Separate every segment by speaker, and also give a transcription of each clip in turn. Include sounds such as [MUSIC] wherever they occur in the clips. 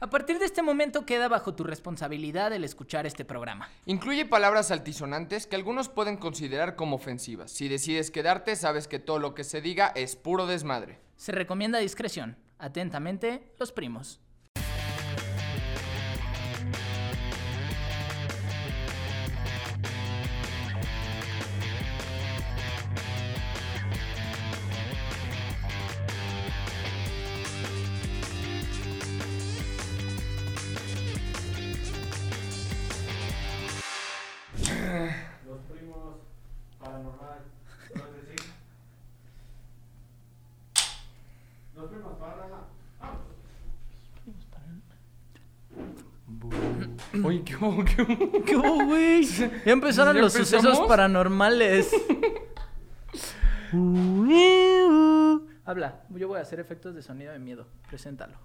Speaker 1: A partir de este momento queda bajo tu responsabilidad el escuchar este programa.
Speaker 2: Incluye palabras altisonantes que algunos pueden considerar como ofensivas. Si decides quedarte, sabes que todo lo que se diga es puro desmadre.
Speaker 1: Se recomienda discreción. Atentamente, los primos.
Speaker 3: Los primos paranormal. ¿Puedes decir? [LAUGHS] Los primos paranormal.
Speaker 2: Oye, ¿qué hubo? ¿Qué hubo?
Speaker 1: ¿Qué hubo, güey? Ya empezaron
Speaker 2: ¿Ya
Speaker 1: los
Speaker 2: empezamos?
Speaker 1: sucesos [LAUGHS] paranormales. Habla, yo voy a hacer efectos de sonido de miedo. Preséntalo.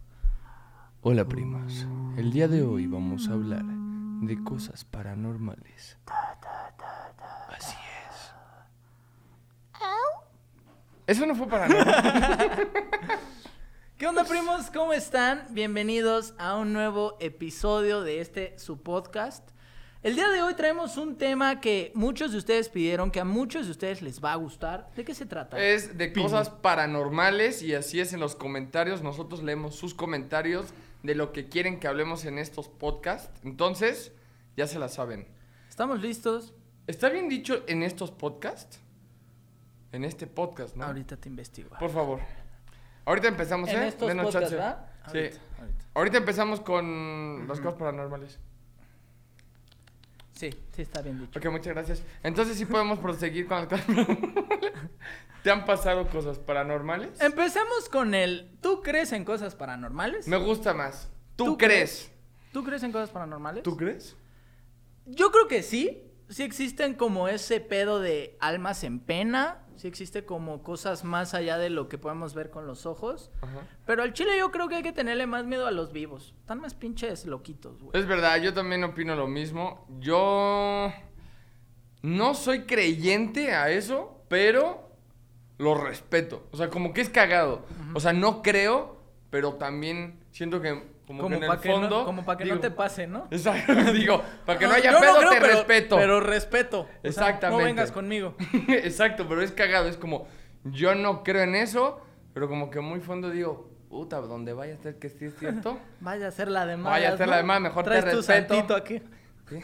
Speaker 2: Hola, primas. El día de hoy vamos a hablar de cosas paranormales. Así es. Eso no fue [LAUGHS] paranormal.
Speaker 1: ¿Qué onda, primos? ¿Cómo están? Bienvenidos a un nuevo episodio de este su podcast. El día de hoy traemos un tema que muchos de ustedes pidieron, que a muchos de ustedes les va a gustar. ¿De qué se trata?
Speaker 2: es de cosas paranormales y así es en los comentarios. Nosotros leemos sus comentarios de lo que quieren que hablemos en estos podcasts. Entonces, ya se la saben.
Speaker 1: ¿Estamos listos?
Speaker 2: ¿Está bien dicho en estos podcasts? En este podcast, ¿no?
Speaker 1: Ahorita te investigo.
Speaker 2: Por favor. Ahorita empezamos,
Speaker 1: en
Speaker 2: ¿eh?
Speaker 1: estos
Speaker 2: Denos
Speaker 1: podcasts,
Speaker 2: chance.
Speaker 1: ¿verdad?
Speaker 2: Sí.
Speaker 1: Ahorita, ahorita.
Speaker 2: Ahorita empezamos con las cosas paranormales.
Speaker 1: Sí, sí, está bien dicho.
Speaker 2: Ok, muchas gracias. Entonces sí podemos proseguir con las cosas paranormales. [LAUGHS] ¿Te han pasado cosas paranormales?
Speaker 1: Em- Empecemos con el ¿Tú crees en cosas paranormales?
Speaker 2: Me gusta más. ¿Tú,
Speaker 1: ¿Tú
Speaker 2: crees?
Speaker 1: ¿Tú crees en cosas paranormales?
Speaker 2: ¿Tú crees?
Speaker 1: Yo creo que sí. Sí existen como ese pedo de almas en pena. Sí existe como cosas más allá de lo que podemos ver con los ojos.
Speaker 2: Ajá.
Speaker 1: Pero al chile yo creo que hay que tenerle más miedo a los vivos. Están más pinches loquitos, güey.
Speaker 2: Es verdad, yo también opino lo mismo. Yo no soy creyente a eso, pero lo respeto. O sea, como que es cagado. O sea, no creo, pero también siento que como, que
Speaker 1: Como
Speaker 2: en
Speaker 1: para
Speaker 2: el
Speaker 1: que, no-
Speaker 2: fondo...
Speaker 1: como pa' que no
Speaker 2: digo-
Speaker 1: te pase, ¿no?
Speaker 2: [LAUGHS] Exacto, [LAUGHS] digo, para que no
Speaker 1: Ajá,
Speaker 2: haya
Speaker 1: yo
Speaker 2: pedo,
Speaker 1: creo,
Speaker 2: te
Speaker 1: pero-
Speaker 2: respeto.
Speaker 1: Pero respeto. O sea,
Speaker 2: Exactamente.
Speaker 1: no vengas conmigo.
Speaker 2: [LAUGHS] Exacto, pero es cagado, es como, yo no creo en eso, pero como que muy fondo digo, puta, donde vaya a ser que sí es
Speaker 1: [LAUGHS]
Speaker 2: cierto.
Speaker 1: Vaya a ser la de malas,
Speaker 2: Vaya a ser la
Speaker 1: ¿no?
Speaker 2: de malas, mejor te
Speaker 1: Traes tu
Speaker 2: respeto.
Speaker 1: santito aquí.
Speaker 2: Sí,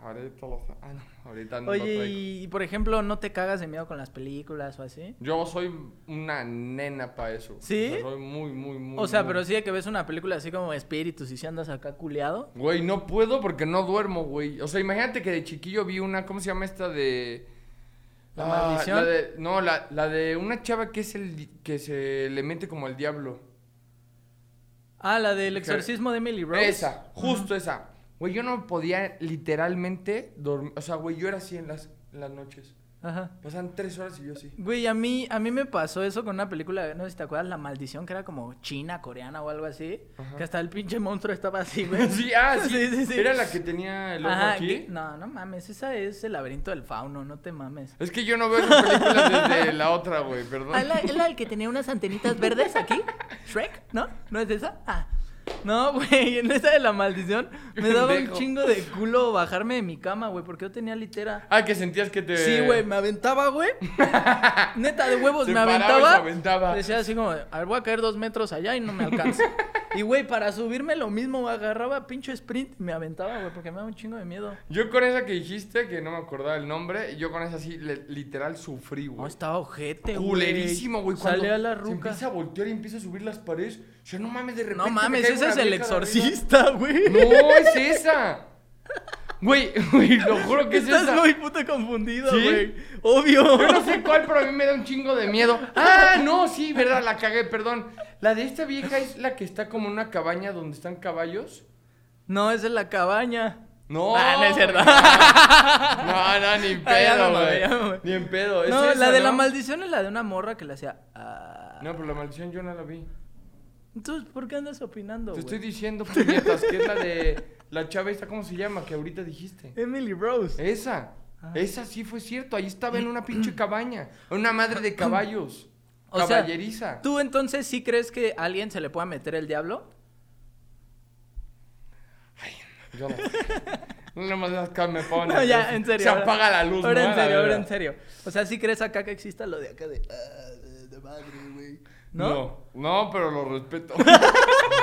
Speaker 2: ahorita lo- ah, no, ahorita no lo
Speaker 1: Oye,
Speaker 2: traigo.
Speaker 1: y por ejemplo, ¿no te cagas de miedo con las películas o así?
Speaker 2: Yo soy una nena para eso.
Speaker 1: ¿Sí?
Speaker 2: O sea, soy muy, muy, muy.
Speaker 1: o sea,
Speaker 2: muy-
Speaker 1: pero sí de que ves una película así como espíritus y si andas acá culeado.
Speaker 2: Güey, no puedo porque no duermo, güey. O sea, imagínate que de chiquillo vi una. ¿Cómo se llama esta de. Ah,
Speaker 1: ¿La maldición?
Speaker 2: la de- no, la, la de una chava que es el. di- que se le mete como el diablo.
Speaker 1: Ah, la del exorcismo de Emily Rose.
Speaker 2: Esa, justo esa. Güey, yo no podía literalmente dormir. O sea, güey, yo era así en las, en las noches.
Speaker 1: Ajá.
Speaker 2: Pasan tres horas y yo así. [LAUGHS]
Speaker 1: Güey, a mí, a mí me pasó eso con una película, no sé si te acuerdas, La Maldición, que era como china, coreana o algo así. Que hasta el pinche monstruo estaba así, güey.
Speaker 2: [LAUGHS] Sí, ah,
Speaker 1: [LAUGHS]
Speaker 2: sí.
Speaker 1: sí, sí.
Speaker 2: Era la que tenía el ojo
Speaker 1: Ajá,
Speaker 2: aquí.
Speaker 1: que- No, no mames, esa es el laberinto del fauno, no te mames.
Speaker 2: Es que yo no veo esas películas desde la otra, güey, perdón.
Speaker 1: Ah, la- ¿Es la del que tenía unas antenitas verdes aquí? ¿Shrek? ¿No? ¿No es esa? Ah. No, güey, en esa de la maldición me daba un
Speaker 2: Pendejo.
Speaker 1: chingo de culo bajarme de mi cama, güey, porque yo tenía litera.
Speaker 2: Ah, que sentías que te.
Speaker 1: Sí, güey, me aventaba,
Speaker 2: [LAUGHS]
Speaker 1: güey. Neta, de huevos,
Speaker 2: Se
Speaker 1: me
Speaker 2: paraba y se
Speaker 1: aventaba.
Speaker 2: aventaba.
Speaker 1: Decía así como, a ver, voy a caer dos metros allá y no me
Speaker 2: [LAUGHS]
Speaker 1: alcanza. Y, güey, para subirme lo mismo, agarraba pincho sprint y me aventaba, güey, porque me daba un chingo de miedo.
Speaker 2: Yo con esa que dijiste, que no me acordaba el nombre, yo con esa sí, le- literal sufrí,
Speaker 1: No,
Speaker 2: güey.
Speaker 1: estaba ojete, güey.
Speaker 2: Culerísimo, güey. cuando
Speaker 1: Salía la
Speaker 2: Se
Speaker 1: ruca.
Speaker 2: empieza a voltear y empieza a subir las paredes. O sea, no mames, de repente.
Speaker 1: No
Speaker 2: me
Speaker 1: mames,
Speaker 2: cae
Speaker 1: ese
Speaker 2: una
Speaker 1: es el
Speaker 2: vieja de
Speaker 1: exorcista, güey.
Speaker 2: arriba. No, es esa. Güey, [LAUGHS] güey, lo juro que
Speaker 1: [LAUGHS]
Speaker 2: es
Speaker 1: Estás
Speaker 2: esa.
Speaker 1: muy puta confundido,
Speaker 2: ¿Sí?
Speaker 1: güey. Obvio.
Speaker 2: Yo no sé cuál, pero a mí me da un chingo de miedo. Ah, no, sí, verdad, la cagué, perdón. La de esta vieja es la que está como en una cabaña donde están caballos.
Speaker 1: No, esa es la cabaña.
Speaker 2: No,
Speaker 1: Ah, no es cierto.
Speaker 2: güey, [LAUGHS] No, no, ni en
Speaker 1: Ah, ya
Speaker 2: pedo,
Speaker 1: me mamé,
Speaker 2: güey.
Speaker 1: ya me mamé.
Speaker 2: ni en pedo. es
Speaker 1: No, la
Speaker 2: esa,
Speaker 1: de la
Speaker 2: ¿no?
Speaker 1: maldición es la de una morra que le hacía. ah.
Speaker 2: No, pero la maldición yo no la vi.
Speaker 1: Entonces, ¿por qué andas opinando?
Speaker 2: Te
Speaker 1: güey?
Speaker 2: estoy diciendo, puñetas, que es
Speaker 1: [LAUGHS]
Speaker 2: la de la chava esta, ¿cómo se llama? Que ahorita dijiste.
Speaker 1: Emily
Speaker 2: Eh.
Speaker 1: Rose.
Speaker 2: Esa.
Speaker 1: Ah.
Speaker 2: Esa sí fue cierto. Ahí estaba en
Speaker 1: [CLEARS THROAT]
Speaker 2: una pinche cabaña. Una madre de caballos.
Speaker 1: O sea,
Speaker 2: caballeriza.
Speaker 1: ¿Tú entonces sí crees que a alguien se le pueda meter el diablo? [LAUGHS]
Speaker 2: Yo no. No nomás esas cosas me ponen.
Speaker 1: No, ya, en serio.
Speaker 2: Se
Speaker 1: ahora-
Speaker 2: apaga la luz,
Speaker 1: Ahora
Speaker 2: ¿no?
Speaker 1: en
Speaker 2: La
Speaker 1: serio, ahora
Speaker 2: verdad.
Speaker 1: en serio. O sea, ¿sí crees acá que exista lo de acá de... "Ah, de, de madre, güey? ¿No?
Speaker 2: No, no, pero lo respeto.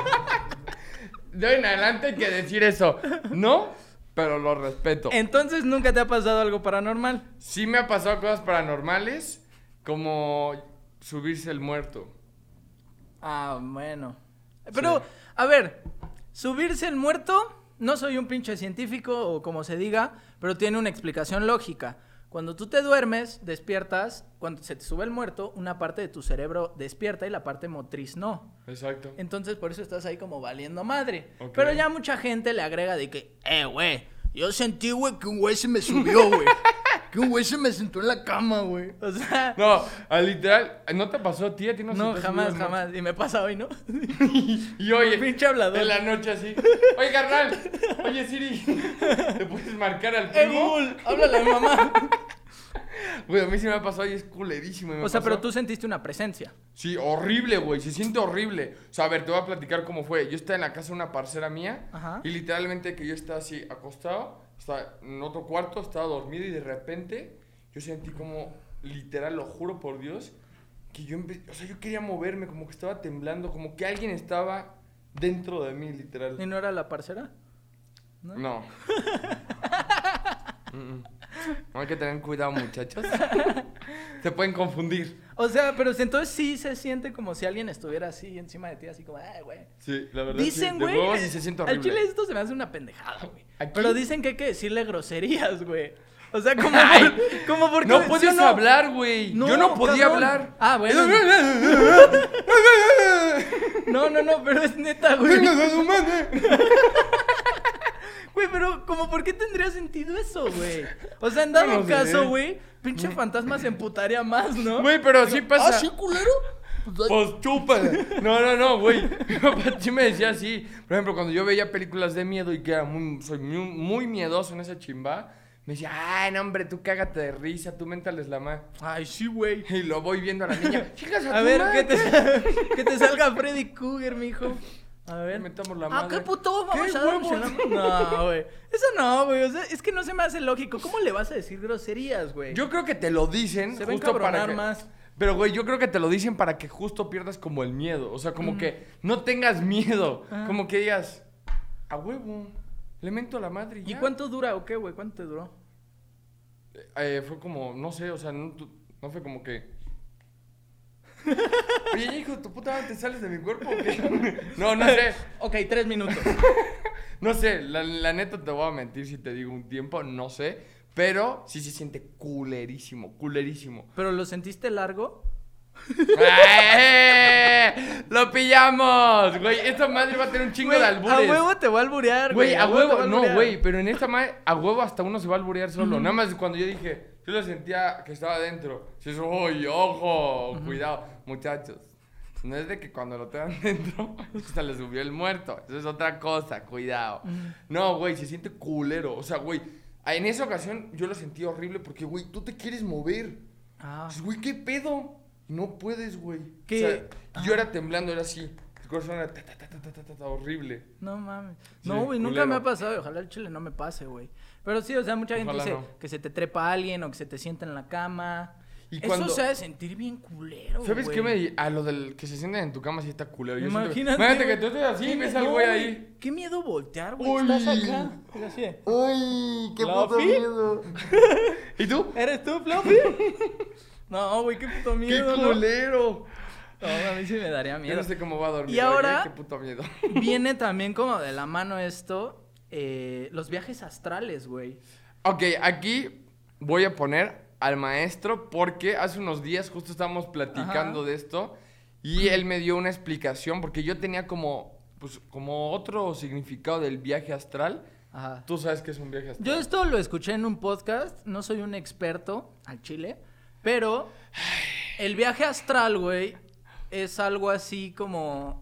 Speaker 1: [LAUGHS]
Speaker 2: De hoy en adelante hay que decir eso. No, pero lo respeto.
Speaker 1: Entonces, ¿nunca te ha pasado algo paranormal?
Speaker 2: Sí me ha pasado cosas paranormales, como subirse el muerto.
Speaker 1: Ah, bueno. Pero,
Speaker 2: Sí.
Speaker 1: a ver, subirse el muerto, no soy un pinche científico o como se diga, pero tiene una explicación lógica. Cuando tú te duermes, despiertas, cuando se te sube el muerto, una parte de tu cerebro despierta y la parte motriz no.
Speaker 2: Exacto.
Speaker 1: Entonces por eso estás ahí como valiendo madre.
Speaker 2: Ok.
Speaker 1: Pero ya mucha gente le agrega de que, eh, güey, yo sentí, güey, que un güey se me subió, güey. que un güey se me sentó en la cama, güey. O sea, no,
Speaker 2: No, al literal, ¿no te pasó a ti? ¿A ti no, se te ha subido
Speaker 1: jamás,
Speaker 2: el muerto?
Speaker 1: jamás. Y me pasa [LAUGHS] hoy, ¿no?
Speaker 2: Y oye,
Speaker 1: Pinche hablador.
Speaker 2: en la noche así. Oye, carnal. Oye, Siri. [LAUGHS] ¿Te puedes marcar al
Speaker 1: eh,
Speaker 2: primo?
Speaker 1: Google, háblale a mi
Speaker 2: [LAUGHS]
Speaker 1: mamá.
Speaker 2: Güey, a mí sí me ha pasado y es culerísimo. y me
Speaker 1: o sea,
Speaker 2: pasó.
Speaker 1: pero tú sentiste una presencia.
Speaker 2: Sí, horrible, güey. Se siente horrible. O sea, a ver, te voy a platicar cómo fue. Yo estaba en la casa de una parcera mía.
Speaker 1: Ajá.
Speaker 2: Y literalmente que yo estaba así acostado. Estaba en otro cuarto, estaba dormido y de repente yo sentí como, literal, lo juro por Dios, que yo empe- O sea, yo quería moverme, como que estaba temblando, como que alguien estaba dentro de mí, literal.
Speaker 1: ¿Y no era la parcera? ¿no? [LAUGHS]
Speaker 2: No. Mm, mm. Hay que tener cuidado, muchachos. Se pueden confundir.
Speaker 1: O sea, pero si- entonces sí se siente como si alguien estuviera así encima de ti, así como, eh, güey.
Speaker 2: Sí, la verdad.
Speaker 1: Dicen, güey.
Speaker 2: y se siente
Speaker 1: Al
Speaker 2: horrible.
Speaker 1: chile esto se me hace una pendejada, güey.
Speaker 2: Aquí-
Speaker 1: Pero dicen que hay que decirle groserías, güey. O sea,
Speaker 2: [LAUGHS]
Speaker 1: como,
Speaker 2: Ay.
Speaker 1: por- como porque.
Speaker 2: No
Speaker 1: ¿sí
Speaker 2: puedes
Speaker 1: o no?
Speaker 2: hablar, güey.
Speaker 1: No,
Speaker 2: Yo no podía
Speaker 1: cabrón.
Speaker 2: hablar.
Speaker 1: Ah, bueno. No, no, no, pero es neta,
Speaker 2: [LAUGHS]
Speaker 1: güey. Güey, pero como por qué tendría sentido eso, güey. O sea, en dado
Speaker 2: No sé.
Speaker 1: caso, güey, pinche fantasma se emputaría más, ¿no?
Speaker 2: Güey, pero sí pasa.
Speaker 1: ¿Ah, culero.
Speaker 2: Pues chúpale. No, no, no, [LAUGHS] güey. Mi papá sí me decía así. Por ejemplo, cuando yo veía películas de miedo y que era muy, soy muy, muy miedoso en esa chimba, me decía, ay, no, hombre, tú cágate de risa, tú mentales la madre.
Speaker 1: Ay, sí, güey.
Speaker 2: Y lo voy viendo a la
Speaker 1: [LAUGHS]
Speaker 2: niña. Chicas,
Speaker 1: A ver, que te, [LAUGHS] que te salga Freddy Cougar, mijo. A ver.
Speaker 2: Metamos la
Speaker 1: Ah,
Speaker 2: madre.
Speaker 1: qué puto,
Speaker 2: ¿Qué
Speaker 1: vamos a darnos
Speaker 2: huevos?
Speaker 1: en la- No, güey. Eso no, güey. O sea, es que no se me hace lógico. ¿Cómo le vas a decir groserías, güey?
Speaker 2: Yo creo que te lo dicen
Speaker 1: Se va a
Speaker 2: justo para
Speaker 1: encabronar
Speaker 2: que...
Speaker 1: más.
Speaker 2: Pero, güey, yo creo que te lo dicen para que justo pierdas como el miedo. O sea,
Speaker 1: Mm.
Speaker 2: como que no tengas miedo.
Speaker 1: Ah.
Speaker 2: Como que digas, a huevo, le mento a la madre.
Speaker 1: ¿Y
Speaker 2: ya".
Speaker 1: cuánto dura o qué, güey? ¿Cuánto te duró?
Speaker 2: Eh, fue como, no sé, o sea, no, tu- no fue
Speaker 1: [LAUGHS]
Speaker 2: como que... Oye, hijo, de tu puta madre, te sales de mi cuerpo. o qué?" [LAUGHS] no, no sé.
Speaker 1: Ok, tres minutos. [LAUGHS]
Speaker 2: No sé, la, la neta te voy a mentir si te digo un tiempo, no sé. Pero sí se siente culerísimo, culerísimo.
Speaker 1: ¿Pero lo sentiste largo?
Speaker 2: ¡Eh! [LAUGHS] ¡Lo pillamos! Güey, esta madre va a tener un chingo
Speaker 1: Güey,
Speaker 2: de
Speaker 1: a
Speaker 2: albures.
Speaker 1: huevo te va a alburear,
Speaker 2: Güey, a
Speaker 1: te va
Speaker 2: huevo,
Speaker 1: a
Speaker 2: no,
Speaker 1: alburear.
Speaker 2: güey, pero en esta madre, a huevo hasta uno se va a alburear solo. Nada más cuando yo dije, yo lo sentía que estaba adentro. Se hizo, "Uy, ojo! Cuidado, muchachos. No es de que cuando lo tengan [LAUGHS] dentro, se le subió el muerto. Eso es otra cosa, cuidado. No, güey, se siente culero. O sea, güey, en esa ocasión yo lo sentí horrible porque, güey, tú te quieres mover.
Speaker 1: Ah,
Speaker 2: Dices, Pues, güey, ¿qué pedo? No puedes, güey.
Speaker 1: ¿Qué? Ah.
Speaker 2: O sea, y yo era temblando, era así. El corazón era ta, ta, ta, ta, ta, ta, ta, ta, horrible.
Speaker 1: no mames.
Speaker 2: Sí,
Speaker 1: no, güey, nunca
Speaker 2: culero.
Speaker 1: me ha pasado. y Ojalá el chile no me pase, güey. Pero sí, o sea, mucha gente
Speaker 2: Ojalá
Speaker 1: dice
Speaker 2: no.
Speaker 1: que se te trepa alguien o que se te sienta en la cama.
Speaker 2: Y
Speaker 1: Eso
Speaker 2: cuando-
Speaker 1: se ha de sentir bien culero,
Speaker 2: ¿Sabes qué me
Speaker 1: güey.
Speaker 2: di? A lo del que se sienten en tu cama sí está culero. Yo siento que-
Speaker 1: Imagínate.
Speaker 2: Imagínate que
Speaker 1: güey.
Speaker 2: tú estés así y
Speaker 1: Qué
Speaker 2: ves
Speaker 1: mie-
Speaker 2: al
Speaker 1: no,
Speaker 2: güey ahí.
Speaker 1: Qué miedo voltear,
Speaker 2: Uy.
Speaker 1: güey. Estás acá. Y así de,
Speaker 2: ¡Uy!
Speaker 1: qué puto ¿Floppy?
Speaker 2: miedo!
Speaker 1: [LAUGHS]
Speaker 2: ¿Y tú?
Speaker 1: ¿Eres tú,
Speaker 2: [LAUGHS]
Speaker 1: Floppy? no, güey, qué puto
Speaker 2: ¡Qué
Speaker 1: miedo. ¿no?
Speaker 2: culero!
Speaker 1: No, a mí sí me daría
Speaker 2: Yo
Speaker 1: miedo.
Speaker 2: no sé cómo va a dormir.
Speaker 1: Y
Speaker 2: güey,
Speaker 1: ahora-
Speaker 2: ¡Qué puto miedo!
Speaker 1: Viene también como de la mano esto, eh, los viajes astrales, güey.
Speaker 2: Ok, aquí voy a poner al maestro porque hace unos días justo estábamos platicando
Speaker 1: Ajá.
Speaker 2: de esto y él me dio una explicación porque yo tenía como, pues, como otro significado del viaje astral.
Speaker 1: Ajá.
Speaker 2: Tú sabes que es un viaje astral.
Speaker 1: Yo esto lo escuché en un podcast, no soy un experto al chile, pero el viaje astral, güey, es algo así como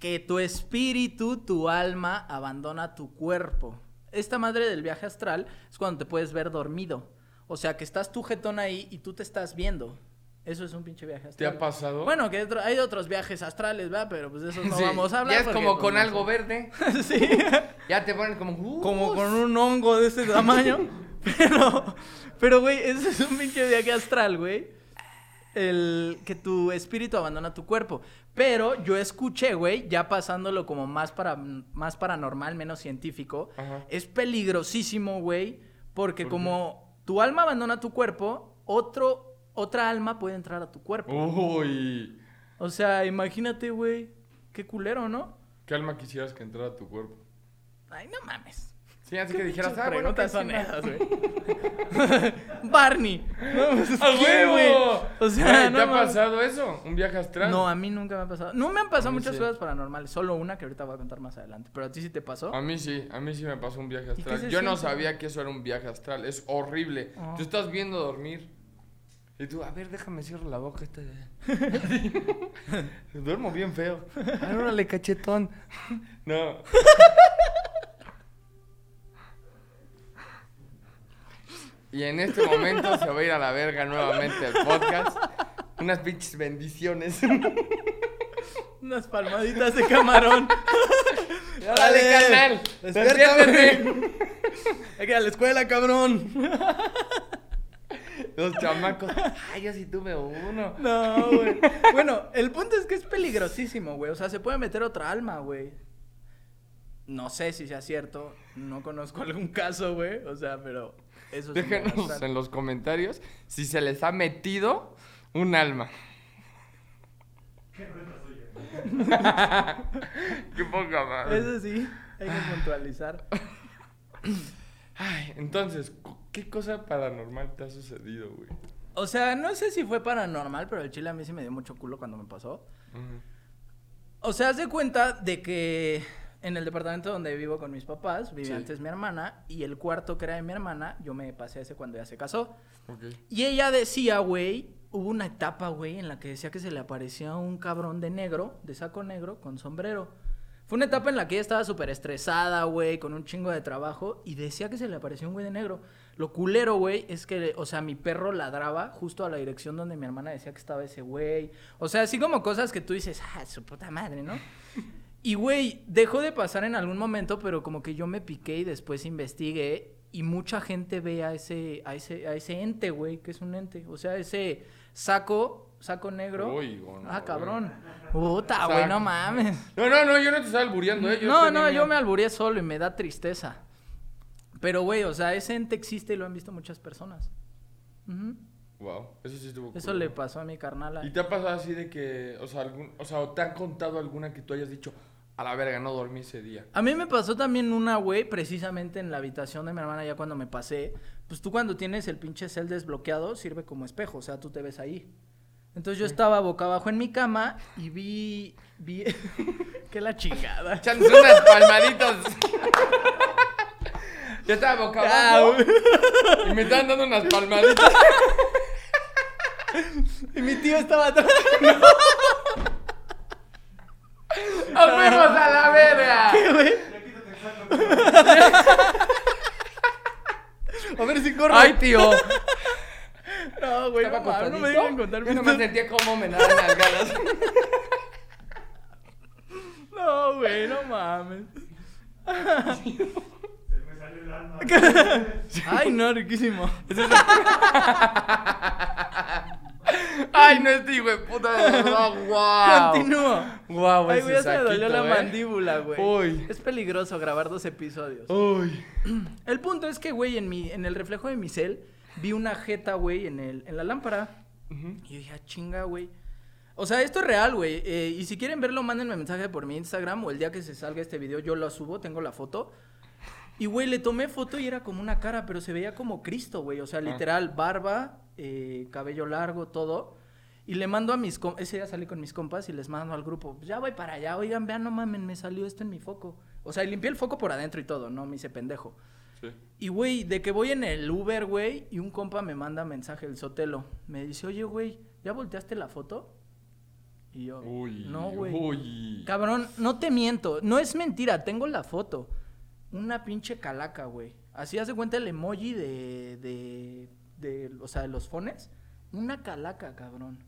Speaker 1: que tu espíritu, tu alma, abandona tu cuerpo. Esta madre del viaje astral es cuando te puedes ver dormido. O sea, que estás tú jetón ahí y tú te estás viendo. Eso es un pinche viaje astral.
Speaker 2: ¿Te ha pasado?
Speaker 1: Bueno, que otro- hay otros viajes astrales, ¿verdad? Pero pues de esos no
Speaker 2: Sí,
Speaker 1: vamos a hablar.
Speaker 2: Ya es
Speaker 1: porque,
Speaker 2: como
Speaker 1: pues,
Speaker 2: con
Speaker 1: no
Speaker 2: algo
Speaker 1: sé.
Speaker 2: verde.
Speaker 1: [LAUGHS] sí.
Speaker 2: Ya te ponen como. uh,
Speaker 1: como con un hongo de ese tamaño.
Speaker 2: [LAUGHS]
Speaker 1: Pero, pero, güey, ese es un pinche viaje astral, güey. El que tu espíritu abandona tu cuerpo. Pero yo escuché, güey, ya pasándolo como más, para, más paranormal, menos científico.
Speaker 2: Ajá.
Speaker 1: Es peligrosísimo, güey. Porque
Speaker 2: ¿Por qué?
Speaker 1: como tu alma abandona tu cuerpo, otro, otra alma puede entrar a tu cuerpo.
Speaker 2: Oh. Uy.
Speaker 1: O sea, imagínate, güey. Qué culero, ¿no?
Speaker 2: ¿Qué alma quisieras que entrara a tu cuerpo?
Speaker 1: Ay, no mames.
Speaker 2: Sí, así que
Speaker 1: ¿Qué
Speaker 2: dijeras,
Speaker 1: pinches
Speaker 2: ah, bueno,
Speaker 1: preguntas
Speaker 2: ¿qué
Speaker 1: son
Speaker 2: [LAUGHS] hicieron?"
Speaker 1: esas,
Speaker 2: [LAUGHS]
Speaker 1: güey? Barney. No, pues,
Speaker 2: ¡A
Speaker 1: ¿qué,
Speaker 2: huevo!
Speaker 1: O sea,
Speaker 2: Güey,
Speaker 1: no
Speaker 2: [LAUGHS] ¿Te ha
Speaker 1: mames.
Speaker 2: pasado eso? ¿Un viaje astral?
Speaker 1: No, a mí nunca me ha pasado. No me han
Speaker 2: A
Speaker 1: pasado
Speaker 2: mí
Speaker 1: muchas
Speaker 2: sí.
Speaker 1: cosas paranormales, solo una que ahorita voy a contar más adelante. Pero a ti sí te pasó.
Speaker 2: A mí sí, a mí sí me pasó un viaje
Speaker 1: qué
Speaker 2: astral. Yo
Speaker 1: se
Speaker 2: no
Speaker 1: siente?
Speaker 2: sabía que eso era un viaje astral, es horrible.
Speaker 1: Ah.
Speaker 2: Tú estás viendo dormir. Y tú, a ver, déjame cierro la boca esta. [LAUGHS] Duermo bien feo.
Speaker 1: Ah,
Speaker 2: Ay, órale, cachetón. [LAUGHS] No. Y en este momento se va a ir a la verga nuevamente el podcast. Unas pinches bendiciones.
Speaker 1: Unas palmaditas de
Speaker 2: [LAUGHS]
Speaker 1: camarón.
Speaker 2: Dale, canal.
Speaker 1: Despiértate. Hay que ir a la escuela, cabrón.
Speaker 2: Los
Speaker 1: [LAUGHS]
Speaker 2: chamacos. Ay, yo sí tuve uno.
Speaker 1: No, güey. Bueno, el punto es que es peligrosísimo, güey. O sea, se puede meter otra alma, güey. No sé si sea cierto. No conozco algún caso, güey. O sea, pero eso es un buen
Speaker 2: Déjenos
Speaker 1: astral.
Speaker 2: en los comentarios si se les ha metido un alma. Qué poca madre.
Speaker 1: Eso sí, hay que puntualizar.
Speaker 2: Ay, entonces, cu- ¿qué cosa paranormal te ha sucedido, güey?
Speaker 1: O sea, no sé si fue paranormal, pero el chile a mí sí me dio mucho culo cuando me pasó. O sea, haz de cuenta de que en el departamento donde vivo con mis papás, vivía
Speaker 2: Sí.
Speaker 1: antes mi hermana, y el cuarto que era de mi hermana, yo me pasé a ese cuando ella se casó.
Speaker 2: Ok.
Speaker 1: Y ella decía, güey, hubo una etapa, güey, en la que decía que se le aparecía un cabrón de negro, de saco negro, con sombrero. Fue una etapa en la que ella estaba súper estresada, güey, con un chingo de trabajo, y decía que se le apareció un güey de negro. Lo culero, güey, es que, o sea, mi perro ladraba justo a la dirección donde mi hermana decía que estaba ese güey. O sea, así como cosas que tú dices, ah, su puta madre,
Speaker 2: [LAUGHS]
Speaker 1: ¿no? Y, güey, dejó de pasar en algún momento, pero como que yo me piqué y después investigué. Y mucha gente ve a ese, a ese, a ese ente, güey, que es un ente. O sea, ese saco, saco negro.
Speaker 2: Uy, gonorrea.
Speaker 1: ah, cabrón. Puta, güey,
Speaker 2: Saco.
Speaker 1: no mames.
Speaker 2: No, no, no, yo no te estaba albureando, ¿eh?
Speaker 1: No,
Speaker 2: tenía
Speaker 1: no,
Speaker 2: miedo.
Speaker 1: yo me alburé solo y me da tristeza. Pero, güey, o sea, ese ente existe y lo han visto muchas personas. Ujú.
Speaker 2: Wow, eso sí estuvo
Speaker 1: Eso
Speaker 2: cool.
Speaker 1: le pasó a mi carnal.
Speaker 2: ¿Y te ha pasado así de que, o sea, algún, o sea, o te han contado alguna que tú hayas dicho, a la verga, no dormí ese día?
Speaker 1: A mí me pasó también una, güey, precisamente en la habitación de mi hermana, ya cuando me pasé. Pues tú cuando tienes el pinche cel desbloqueado, sirve como espejo, o sea, tú te ves ahí. Entonces yo estaba boca abajo en mi cama y vi. vi [LAUGHS] ¡Qué la chingada! [LAUGHS]
Speaker 2: Echándose unas palmaditas. Yo estaba boca
Speaker 1: Ah,
Speaker 2: abajo y me estaban dando unas palmaditas.
Speaker 1: Y mi tío estaba atrás.
Speaker 2: ¡Nos fuimos a la verga!
Speaker 3: Ya quítate el saco.
Speaker 1: A ver si corre.
Speaker 2: ¡Ay, tío!
Speaker 1: no, güey, no, mames, no me digan contar
Speaker 2: Yo
Speaker 1: mis
Speaker 2: no me
Speaker 1: cosas.
Speaker 2: sentía como me daban las ganas.
Speaker 1: No, güey, no mames.
Speaker 3: Se me salió el alma. Yo
Speaker 1: Ay, no,
Speaker 2: [LAUGHS]
Speaker 1: riquísimo. [LAUGHS]
Speaker 2: ¡Ay, no estoy, güey! ¡Puta de verdad! ¡Guau!
Speaker 1: Continúo.
Speaker 2: ¡Guau,
Speaker 1: Ay,
Speaker 2: ese
Speaker 1: güey, ya se me dolió la
Speaker 2: saquito, ¿eh?
Speaker 1: mandíbula, güey.
Speaker 2: Uy.
Speaker 1: Es peligroso grabar dos episodios.
Speaker 2: ¡Uy!
Speaker 1: [CLEARS THROAT] El punto es que, güey, en, mi, en el reflejo de mi cel vi una jeta, güey, en, el- en la lámpara.
Speaker 2: Ujú.
Speaker 1: Y yo dije, "Ah, chinga, güey. O sea, esto es real, güey. eh, y si quieren verlo, mándenme mensaje por mi Instagram o el día que se salga este video yo lo subo, tengo la foto. Y, güey, le tomé foto y era como una cara, pero se veía como Cristo, güey. O sea, literal, barba, eh, cabello largo, todo. Y le mando a mis compas, ese día salí con mis compas y les mando al grupo, ya voy para allá, oigan, vean, no mamen, me salió esto en mi foco. O sea, y limpié el foco por adentro y todo, no me hice pendejo.
Speaker 2: Sí.
Speaker 1: Y, güey, de que voy en el Uber, güey, y un compa me manda mensaje, el Sotelo. Me dice, oye, güey, ¿ya volteaste la foto? Y yo,
Speaker 2: ¡Uy!
Speaker 1: no, güey.
Speaker 2: ¡Uy!
Speaker 1: Cabrón, no te miento, no es mentira, tengo la foto. Una pinche calaca, güey. Así hace cuenta el emoji de, de, de, o sea, de los fones. Una calaca, cabrón.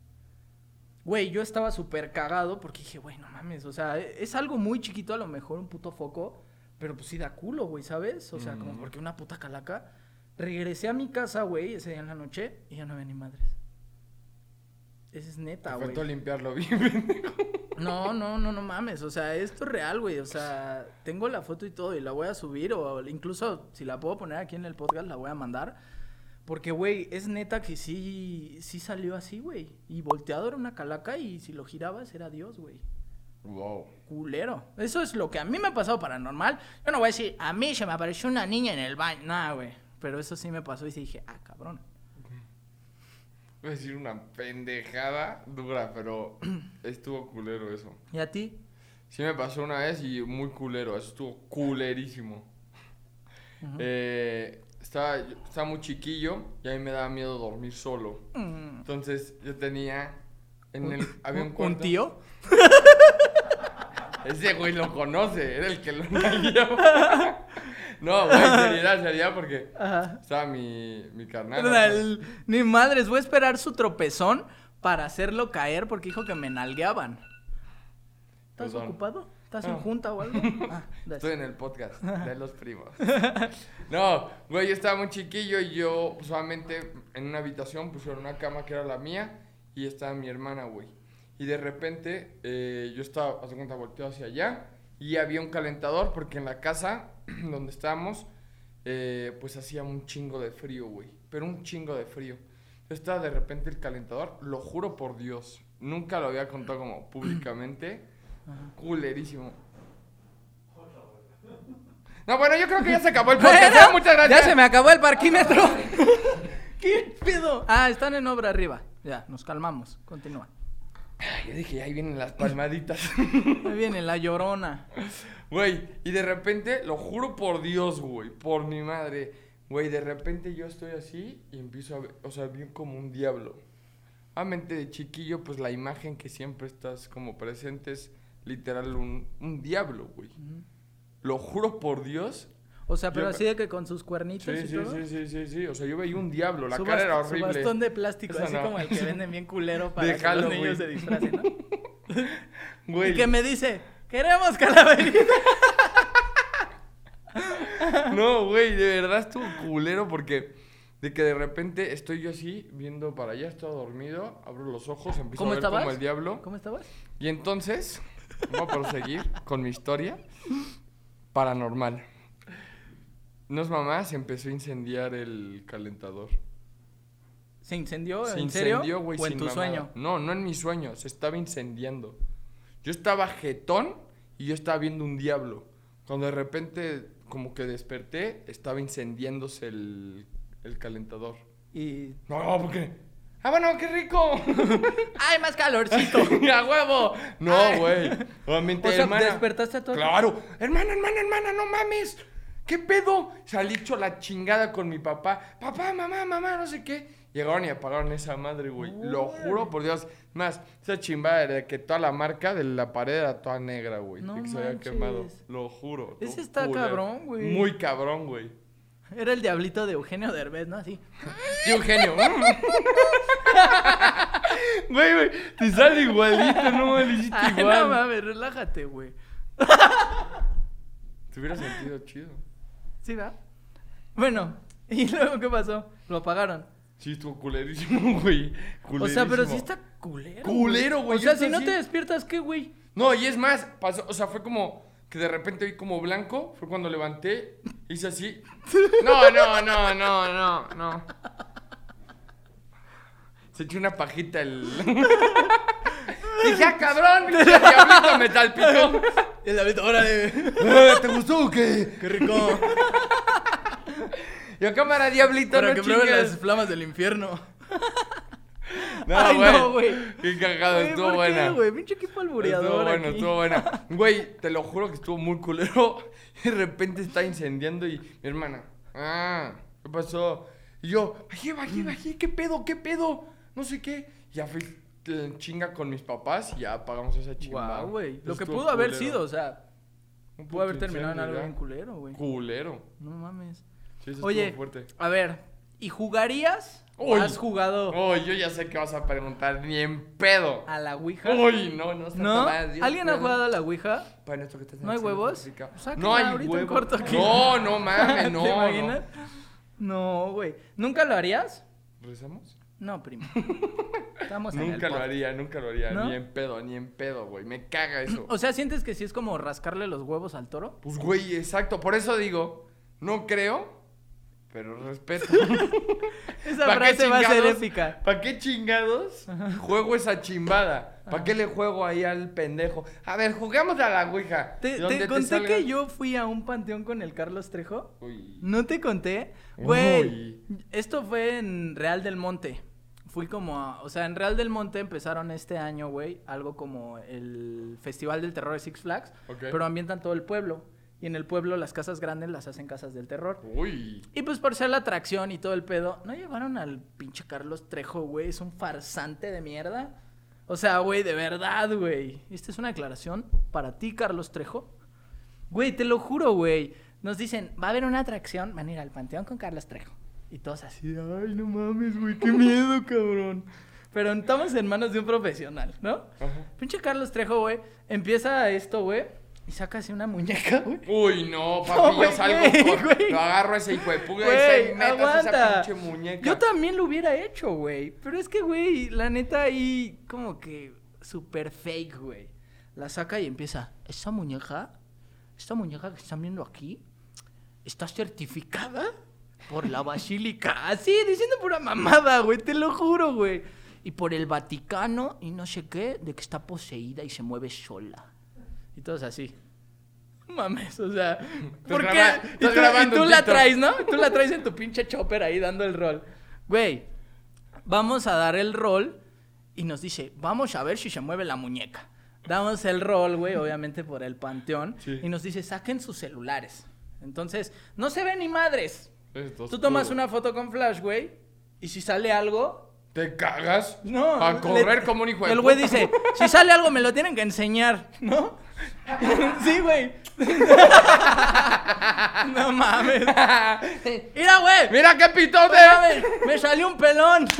Speaker 1: Güey, yo estaba súper cagado porque dije, güey, no mames, o sea, e- es algo muy chiquito, a lo mejor un puto foco, pero pues sí da culo, güey, ¿sabes? O sea, como
Speaker 2: Mm.
Speaker 1: porque una puta calaca. Regresé a mi casa, güey, ese día en la noche y ya no había ni madres. Esa es neta,
Speaker 2: Te
Speaker 1: Ah, güey.
Speaker 2: faltó limpiarlo bien, pendejo.
Speaker 1: No, no, no, no mames. O sea, esto es real, güey. O sea, tengo la foto y todo y la voy a subir o incluso si la puedo poner aquí en el podcast la voy a mandar. Porque, güey, es neta que sí, sí salió así, güey. Y volteado era una calaca y si lo girabas era Dios, güey.
Speaker 2: Wow.
Speaker 1: Culero. Eso es lo que a mí me ha pasado paranormal. Yo no voy a decir, a mí se me apareció una niña en el baño. Nah, güey. Pero eso sí me pasó y sí dije, ah, cabrón.
Speaker 2: Voy a decir una pendejada dura, pero [CLEARS THROAT] estuvo culero eso.
Speaker 1: ¿Y a ti?
Speaker 2: Sí me pasó una vez y muy culero, eso estuvo culerísimo. Eh, estaba, yo- estaba muy chiquillo y a mí me daba miedo dormir solo.
Speaker 1: Mm.
Speaker 2: Entonces yo tenía... En el, había un,
Speaker 1: ¿Un
Speaker 2: cuarto-
Speaker 1: tío?
Speaker 2: Ese güey lo conoce, era el que lo engañaba. no, güey, seriedad, seriedad, porque
Speaker 1: Ajá.
Speaker 2: estaba mi, mi carnal.
Speaker 1: Perdón, el- Ni madres, voy a esperar su tropezón para hacerlo caer porque dijo que me nalgueaban. ¿Estás
Speaker 2: Perdón.
Speaker 1: ocupado? ¿Estás en
Speaker 2: No.
Speaker 1: junta o
Speaker 2: [LAUGHS]
Speaker 1: algo? Ah, das.
Speaker 2: Estoy en el podcast de los primos. No, güey, yo estaba muy chiquillo y yo solamente en una habitación pusieron una cama que era la mía y estaba mi hermana, güey. Y de repente eh, yo estaba, haz de cuenta, volteado hacia allá y había un calentador porque en la casa [CLEARS THROAT] donde estábamos, eh, pues hacía un chingo de frío, güey. Pero un chingo de frío. Yo estaba de repente el calentador, lo juro por Dios, nunca lo había
Speaker 1: [CLEARS THROAT]
Speaker 2: contado como públicamente, culerísimo. No, bueno, yo creo que ya se acabó el
Speaker 1: [LAUGHS]
Speaker 2: podcast.
Speaker 1: Bueno,
Speaker 2: ¿eh? Muchas gracias.
Speaker 1: Ya se me acabó el parquímetro.
Speaker 2: [LAUGHS]
Speaker 1: ¿Qué pedo? Ah, están en obra arriba. Ya, nos calmamos. Continúa.
Speaker 2: Ay, Yo dije, ahí vienen las palmaditas.
Speaker 1: [LAUGHS] Ahí viene la llorona.
Speaker 2: Güey, y de repente, lo juro por Dios, güey, por mi madre. Güey, de repente yo estoy así y empiezo a ver, o sea, bien como un diablo. Obviamente de chiquillo, pues la imagen que siempre estás como presente es literal un, un diablo, güey. Lo juro por Dios.
Speaker 1: O sea, pero
Speaker 2: Yo-
Speaker 1: así de que con sus cuernitos
Speaker 2: Sí,
Speaker 1: y
Speaker 2: sí,
Speaker 1: todo.
Speaker 2: sí, sí, sí, sí. O sea, yo veía un diablo, la
Speaker 1: Su
Speaker 2: cara era
Speaker 1: bast- Su
Speaker 2: horrible.
Speaker 1: bastón de plástico,
Speaker 2: Esa
Speaker 1: así
Speaker 2: no.
Speaker 1: como el que venden bien
Speaker 2: [LAUGHS]
Speaker 1: culero para
Speaker 2: De
Speaker 1: que los
Speaker 2: Halloween.
Speaker 1: niños se disfracen, ¿no?
Speaker 2: Güey.
Speaker 1: Y que me dice, queremos
Speaker 2: [LAUGHS]
Speaker 1: calaverita.
Speaker 2: No, güey, de verdad estuvo culero porque de que de repente estoy yo así viendo para allá, estaba dormido, abro los ojos, empiezo
Speaker 1: ¿Cómo
Speaker 2: a ver
Speaker 1: estabas?
Speaker 2: como el diablo.
Speaker 1: ¿Cómo estabas?
Speaker 2: Y entonces, voy a proseguir con mi historia paranormal. No es mamá, se empezó a incendiar el calentador.
Speaker 1: ¿Se incendió?
Speaker 2: Se
Speaker 1: ¿En serio?
Speaker 2: incendió, güey,
Speaker 1: ¿O en
Speaker 2: sin
Speaker 1: tu
Speaker 2: mamada.
Speaker 1: sueño?
Speaker 2: No, no en mi sueño, se estaba incendiando. Yo estaba jetón y yo estaba viendo un diablo. Cuando de repente, como que desperté, estaba incendiándose el, el calentador.
Speaker 1: Y...
Speaker 2: No, ¿por qué? ¡Ah, bueno, qué rico! [LAUGHS]
Speaker 1: ¡Ay, más calorcito! [LAUGHS]
Speaker 2: ¡A huevo! No,
Speaker 1: Ay.
Speaker 2: güey. Obviamente,
Speaker 1: o sea,
Speaker 2: hermana.
Speaker 1: despertaste a tu...
Speaker 2: Claro. Hermana, hermana, hermana, no mames. ¿Qué pedo? Salí hecho la chingada con mi papá. Papá, mamá, mamá, no sé qué. Llegaron y apagaron esa madre, güey. Lo
Speaker 1: Órale.
Speaker 2: juro por Dios. Más, esa chimbada era de que toda la marca de la pared era toda negra, güey.
Speaker 1: No
Speaker 2: de que se había
Speaker 1: manches.
Speaker 2: quemado. Lo juro.
Speaker 1: Ese
Speaker 2: lo
Speaker 1: está
Speaker 2: juro.
Speaker 1: cabrón, güey.
Speaker 2: Muy cabrón, güey.
Speaker 1: Era el diablito de Eugenio Derbez, ¿no?
Speaker 2: [LAUGHS]
Speaker 1: Así. [LAUGHS]
Speaker 2: Y Eugenio. mm. [LAUGHS] Güey, güey, te sale igualito, no me hiciste
Speaker 1: Ay,
Speaker 2: igual.
Speaker 1: no mames, relájate, güey.
Speaker 2: Te hubiera sentido chido.
Speaker 1: ¿Sí, va? Bueno, [LAUGHS] ¿y luego qué pasó? Lo apagaron.
Speaker 2: Sí, estuvo culerísimo, [LAUGHS] güey.
Speaker 1: O sea, pero sí
Speaker 2: Culerísimo.
Speaker 1: está culero.
Speaker 2: Culero, güey,
Speaker 1: O
Speaker 2: yo
Speaker 1: sea,
Speaker 2: estoy
Speaker 1: si no
Speaker 2: así.
Speaker 1: te despiertas, ¿qué, güey?
Speaker 2: No, y es más, pasó, o sea, fue como que de repente vi como blanco, fue cuando levanté,
Speaker 1: [LAUGHS]
Speaker 2: hice así. No, no, no, no, no, no. Se echó una pajita el. [LAUGHS] Dije, "Ah, cabrón,
Speaker 1: [LAUGHS]
Speaker 2: el diablito me talpicó.
Speaker 1: El diablito, [LAUGHS] órale.
Speaker 2: Eh, ¿Te gustó o qué?
Speaker 1: Qué rico.
Speaker 2: Yo, cámara, diablito,
Speaker 1: Para
Speaker 2: no
Speaker 1: que prueben las
Speaker 2: chingues.
Speaker 1: flamas del infierno. [LAUGHS] Ay, no,
Speaker 2: No, güey.
Speaker 1: güey.
Speaker 2: Qué cagado,
Speaker 1: Güey,
Speaker 2: estuvo
Speaker 1: ¿por
Speaker 2: buena.
Speaker 1: qué, güey? Pinche equipo albureador
Speaker 2: Estuvo bueno,
Speaker 1: aquí.
Speaker 2: estuvo buena. Güey, te lo juro que estuvo muy culero. [LAUGHS] De repente está incendiando y mi hermana, ah, ¿qué pasó? Y yo, bajé, bajé, bajé, ¿qué pedo, qué pedo? No sé qué. Ya fui eh, chinga con mis papás y ya apagamos esa chingada.
Speaker 1: Guau, güey. Lo que
Speaker 2: Estuvo
Speaker 1: pudo haber
Speaker 2: culero.
Speaker 1: sido, o sea,
Speaker 2: Un
Speaker 1: pudo haber
Speaker 2: puto
Speaker 1: terminado en algo
Speaker 2: incendio,
Speaker 1: bien
Speaker 2: ya.
Speaker 1: culero, güey.
Speaker 2: Culero.
Speaker 1: No mames.
Speaker 2: Sí, eso
Speaker 1: Oye,
Speaker 2: estuvo fuerte.
Speaker 1: a ver, ¿y jugarías ¿O
Speaker 2: Uy.
Speaker 1: ¿Has jugado
Speaker 2: Oh, yo ya sé que vas a preguntar, ni en pedo.
Speaker 1: a la Ouija?
Speaker 2: Uy, no, no está
Speaker 1: ¿No?
Speaker 2: tan mal, Dios
Speaker 1: ¿Alguien ha
Speaker 2: mío.
Speaker 1: jugado a la Ouija? [LAUGHS]
Speaker 2: Para nuestro que estás en
Speaker 1: ¿No hay
Speaker 2: acción
Speaker 1: huevos?
Speaker 2: física.
Speaker 1: Sáquenla
Speaker 2: No hay
Speaker 1: ahorita en
Speaker 2: huevos.
Speaker 1: corto aquí.
Speaker 2: No, no mames,
Speaker 1: [LAUGHS]
Speaker 2: no.
Speaker 1: ¿Te
Speaker 2: no.
Speaker 1: imaginas? No, güey. ¿Nunca lo harías?
Speaker 2: ¿Rezamos?
Speaker 1: No, primo. Estamos en el
Speaker 2: Nunca lo
Speaker 1: podcast.
Speaker 2: haría, nunca lo haría.
Speaker 1: ¿No?
Speaker 2: Ni en pedo, ni en pedo, güey. Me caga eso.
Speaker 1: [CLEARS THROAT] O sea, ¿sientes que sí es como rascarle los huevos al toro?
Speaker 2: Pues, güey, exacto. Por eso digo, no creo, pero
Speaker 1: [LAUGHS]
Speaker 2: respeto. [LAUGHS]
Speaker 1: Esa
Speaker 2: ¿Pa' qué
Speaker 1: frase va a ser
Speaker 2: chingados?
Speaker 1: épica.
Speaker 2: ¿Para qué chingados juego esa chimbada? ¿Para qué le juego ahí al pendejo? A ver, jugamos a la ouija.
Speaker 1: ¿Te,
Speaker 2: Donde
Speaker 1: te conté
Speaker 2: salga-
Speaker 1: que yo fui a un panteón con el Carlos Trejo?
Speaker 2: Uy.
Speaker 1: ¿No te conté? Güey,
Speaker 2: Uy.
Speaker 1: esto fue en Real del Monte. Fui como a- O sea, en Real del Monte empezaron este año, güey, algo como el Festival del Terror de Six Flags.
Speaker 2: Ok.
Speaker 1: Pero ambientan todo el pueblo. Y en el pueblo las casas grandes las hacen casas del terror.
Speaker 2: Uy.
Speaker 1: Y pues por ser la atracción y todo el pedo, ¿no llevaron al pinche Carlos Trejo, güey? Es un farsante de mierda. O sea, güey, de verdad, güey. Esta es una aclaración para ti, Carlos Trejo. Güey, te lo juro, güey. Nos dicen, va a haber una atracción, van a ir al panteón con Carlos Trejo. Y todos así, de, ay, no mames, güey,
Speaker 2: [LAUGHS]
Speaker 1: qué miedo, cabrón. Pero estamos en manos de un profesional, ¿no?
Speaker 2: Ajá.
Speaker 1: Pinche Carlos Trejo, güey, empieza esto, güey, y saca así una muñeca, güey.
Speaker 2: Uy,
Speaker 1: [LAUGHS]
Speaker 2: no,
Speaker 1: No,
Speaker 2: papi, yo
Speaker 1: güey,
Speaker 2: salgo con-
Speaker 1: güey.
Speaker 2: Lo agarro a ese hijo de puga y
Speaker 1: Güey,
Speaker 2: se metas a
Speaker 1: aguanta.
Speaker 2: esa pinche muñeca.
Speaker 1: Yo también lo hubiera hecho, güey. Pero es que, güey, la neta ahí como que super fake, güey. La saca y empieza. Esta muñeca, esta muñeca que están viendo aquí, está certificada por la basílica. [LAUGHS] Así, diciendo pura mamada, güey, te lo juro, güey. Y por el Vaticano y no sé qué, de que está poseída y se mueve sola. Y todos así. No Mames, o sea, ¿por qué?
Speaker 2: graba-
Speaker 1: Y
Speaker 2: estás
Speaker 1: tú, y
Speaker 2: grabando
Speaker 1: tú
Speaker 2: un
Speaker 1: la
Speaker 2: TikTok.
Speaker 1: traes, ¿no? Y Tú la traes en tu pinche chopper ahí dando el rol. Güey, vamos a dar el rol y nos dice, vamos a ver si se mueve la muñeca. Damos el rol, güey, obviamente por el panteón.
Speaker 2: Sí.
Speaker 1: Y nos dice, saquen sus celulares. Entonces, no se ve ni madres.
Speaker 2: Esto es
Speaker 1: Tú tomas
Speaker 2: Pues, todo.
Speaker 1: una foto con flash, güey, y si sale algo...
Speaker 2: ¿Te cagas?
Speaker 1: No,
Speaker 2: A
Speaker 1: le-
Speaker 2: correr como un hijo de
Speaker 1: El güey
Speaker 2: puta.
Speaker 1: dice, si sale algo me lo tienen que enseñar, ¿no? [LAUGHS] sí, güey. [LAUGHS] no
Speaker 2: [LAUGHS]
Speaker 1: mames. Mira, güey.
Speaker 2: [LAUGHS] ¡Mira qué pitote!
Speaker 1: Espérame, me salió un pelón. [LAUGHS]